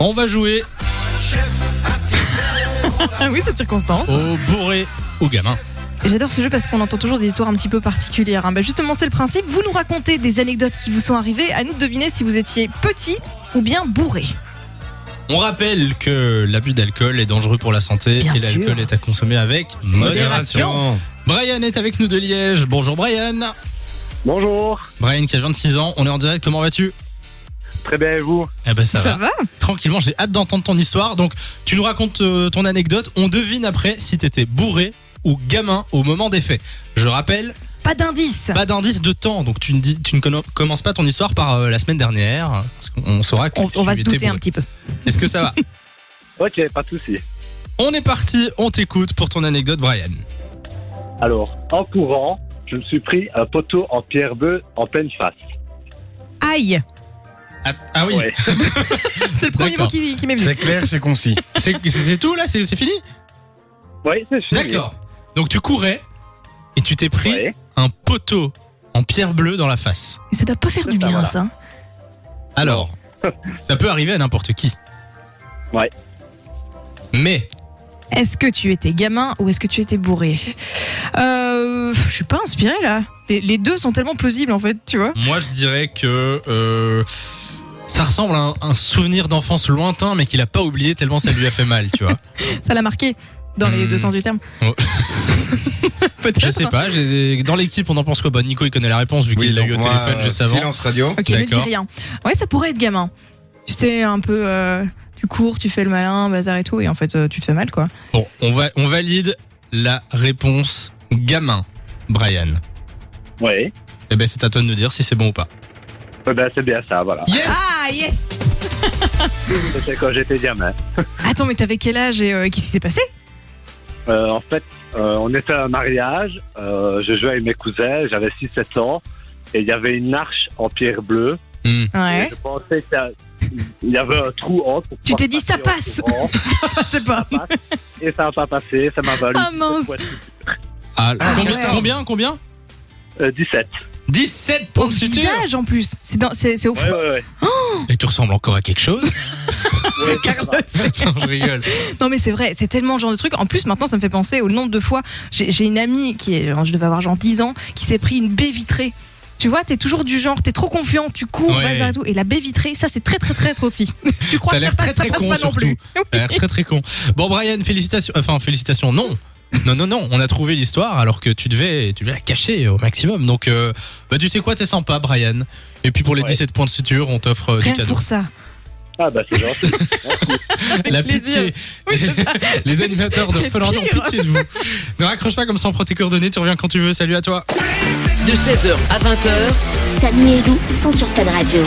On va jouer Ah oui, cette circonstance. au bourré ou gamin. J'adore ce jeu parce qu'on entend toujours des histoires un petit peu particulières. hein. Bah, justement, c'est le principe. Vous nous racontez des anecdotes qui vous sont arrivées. À nous de deviner si vous étiez petit ou bien bourré. On rappelle que l'abus d'alcool est dangereux pour la santé Bien et sûr. l'alcool est à consommer avec modération. Brian est avec nous de Liège. Bonjour Brian. Bonjour, Brian qui a 26 ans, on est en direct, comment vas-tu très bien et vous Eh ben ça, Ça, va. va Tranquillement, j'ai hâte d'entendre ton histoire. Donc tu nous racontes euh, ton anecdote, on devine après si t'étais bourré ou gamin au moment des faits. Je rappelle, Pas d'indice. pas d'indice de temps, donc tu ne, dis, tu ne conno- commences pas ton histoire par euh, la semaine dernière. Parce qu'on saura que on, on tu va se étais douter un bourré. petit peu. Est-ce que ça va Ok, pas de souci. On est parti, on t'écoute pour ton anecdote, Brian. Alors, en courant, je me suis pris un poteau en pierre bœuf en pleine face. Aïe. Ah, ah oui, Ouais. C'est le premier D'accord. mot qui, qui m'est venu. C'est clair, c'est concis. c'est c'est tout là, c'est c'est fini Oui, c'est fini. D'accord. Donc tu courais et tu t'es pris Ouais. un poteau en pierre bleue dans la face. Ça doit pas faire du Ah, bien, voilà. ça. hein. Alors, ça peut arriver à n'importe qui. Ouais. Mais Est-ce que tu étais gamin ou est-ce que tu étais bourré euh, Je suis pas inspirée là. Les, les deux sont tellement plausibles en fait, tu vois. moi je dirais que euh, ça ressemble à un, un souvenir d'enfance lointain mais qu'il a pas oublié tellement ça lui a fait mal, tu vois. Ça l'a marqué dans les Hmm. deux sens du terme. Oh. Peut-être. Je sais pas, j'ai- dans l'équipe on en pense quoi Bah Nico il connaît la réponse vu qu'il l'a donc eu au moi, téléphone juste euh, avant. Silence radio. Ok, ne dis D'accord. rien. Ouais, ça pourrait être gamin. Tu sais, un peu, euh, tu cours, tu fais le malin, bazar et tout, et en fait, euh, tu te fais mal, quoi. Bon, on, va, on valide la réponse gamin, Brian. Oui, Eh ben, c'est à toi de nous dire si c'est bon ou pas. Eh ben, c'est bien ça, voilà. Ah, yes C'était quand j'étais gamin. Attends, mais t'avais quel âge et euh, qu'est-ce qui s'est passé Euh, en fait, euh, on était à un mariage, euh, je jouais avec mes cousins, j'avais 6-7 ans, et il y avait une arche en pierre bleue. Hmm. Et Je pensais qu'il y avait un trou entre. pour Tu pouvoir t'es dit, ça passer en courant, Ah, c'est pas. et ça n'a pas passé, ça m'a valu. Ah, mince. Ah, combien, ouais. combien Combien Euh, 17. 17 points Au de suture visage, en plus. C'est dans- C'est c'est au Ouais, front. ouais, ouais. Et tu ressembles encore à quelque chose Ouais, Non, Je rigole. Non mais c'est vrai, c'est tellement le genre de truc. En plus maintenant ça me fait penser au nombre de fois, j'ai j'ai une amie qui est, je devais avoir genre 10 ans, qui s'est pris une baie vitrée. Tu vois, t'es toujours du genre, t'es trop confiant, tu cours, Ouais. bazar et tout. Et la baie vitrée, ça c'est très très traître aussi. tu crois T'as que ça l'air très passe, très ça passe con pas non surtout. plus. T'as l'air très très con. Bon, Brian, félicitations. Enfin, félicitations, non. Non, non, non, on a trouvé l'histoire alors que tu devais, tu devais la cacher au maximum. Donc, euh, bah, tu sais quoi, t'es sympa, Brian. Et puis pour les Ouais. 17 points de suture, on t'offre euh, du Rien que cadeau. pour ça. Ah, bah, c'est gentil. La Avec plaisir. pitié. Les animateurs de c'est Fun Radio ont pire. pitié de vous. ne raccroche pas comme ça, on prend tes coordonnées, tu reviens quand tu veux. Salut à toi. de 16h à 20h. Samy et Lou sont sur Fan Radio.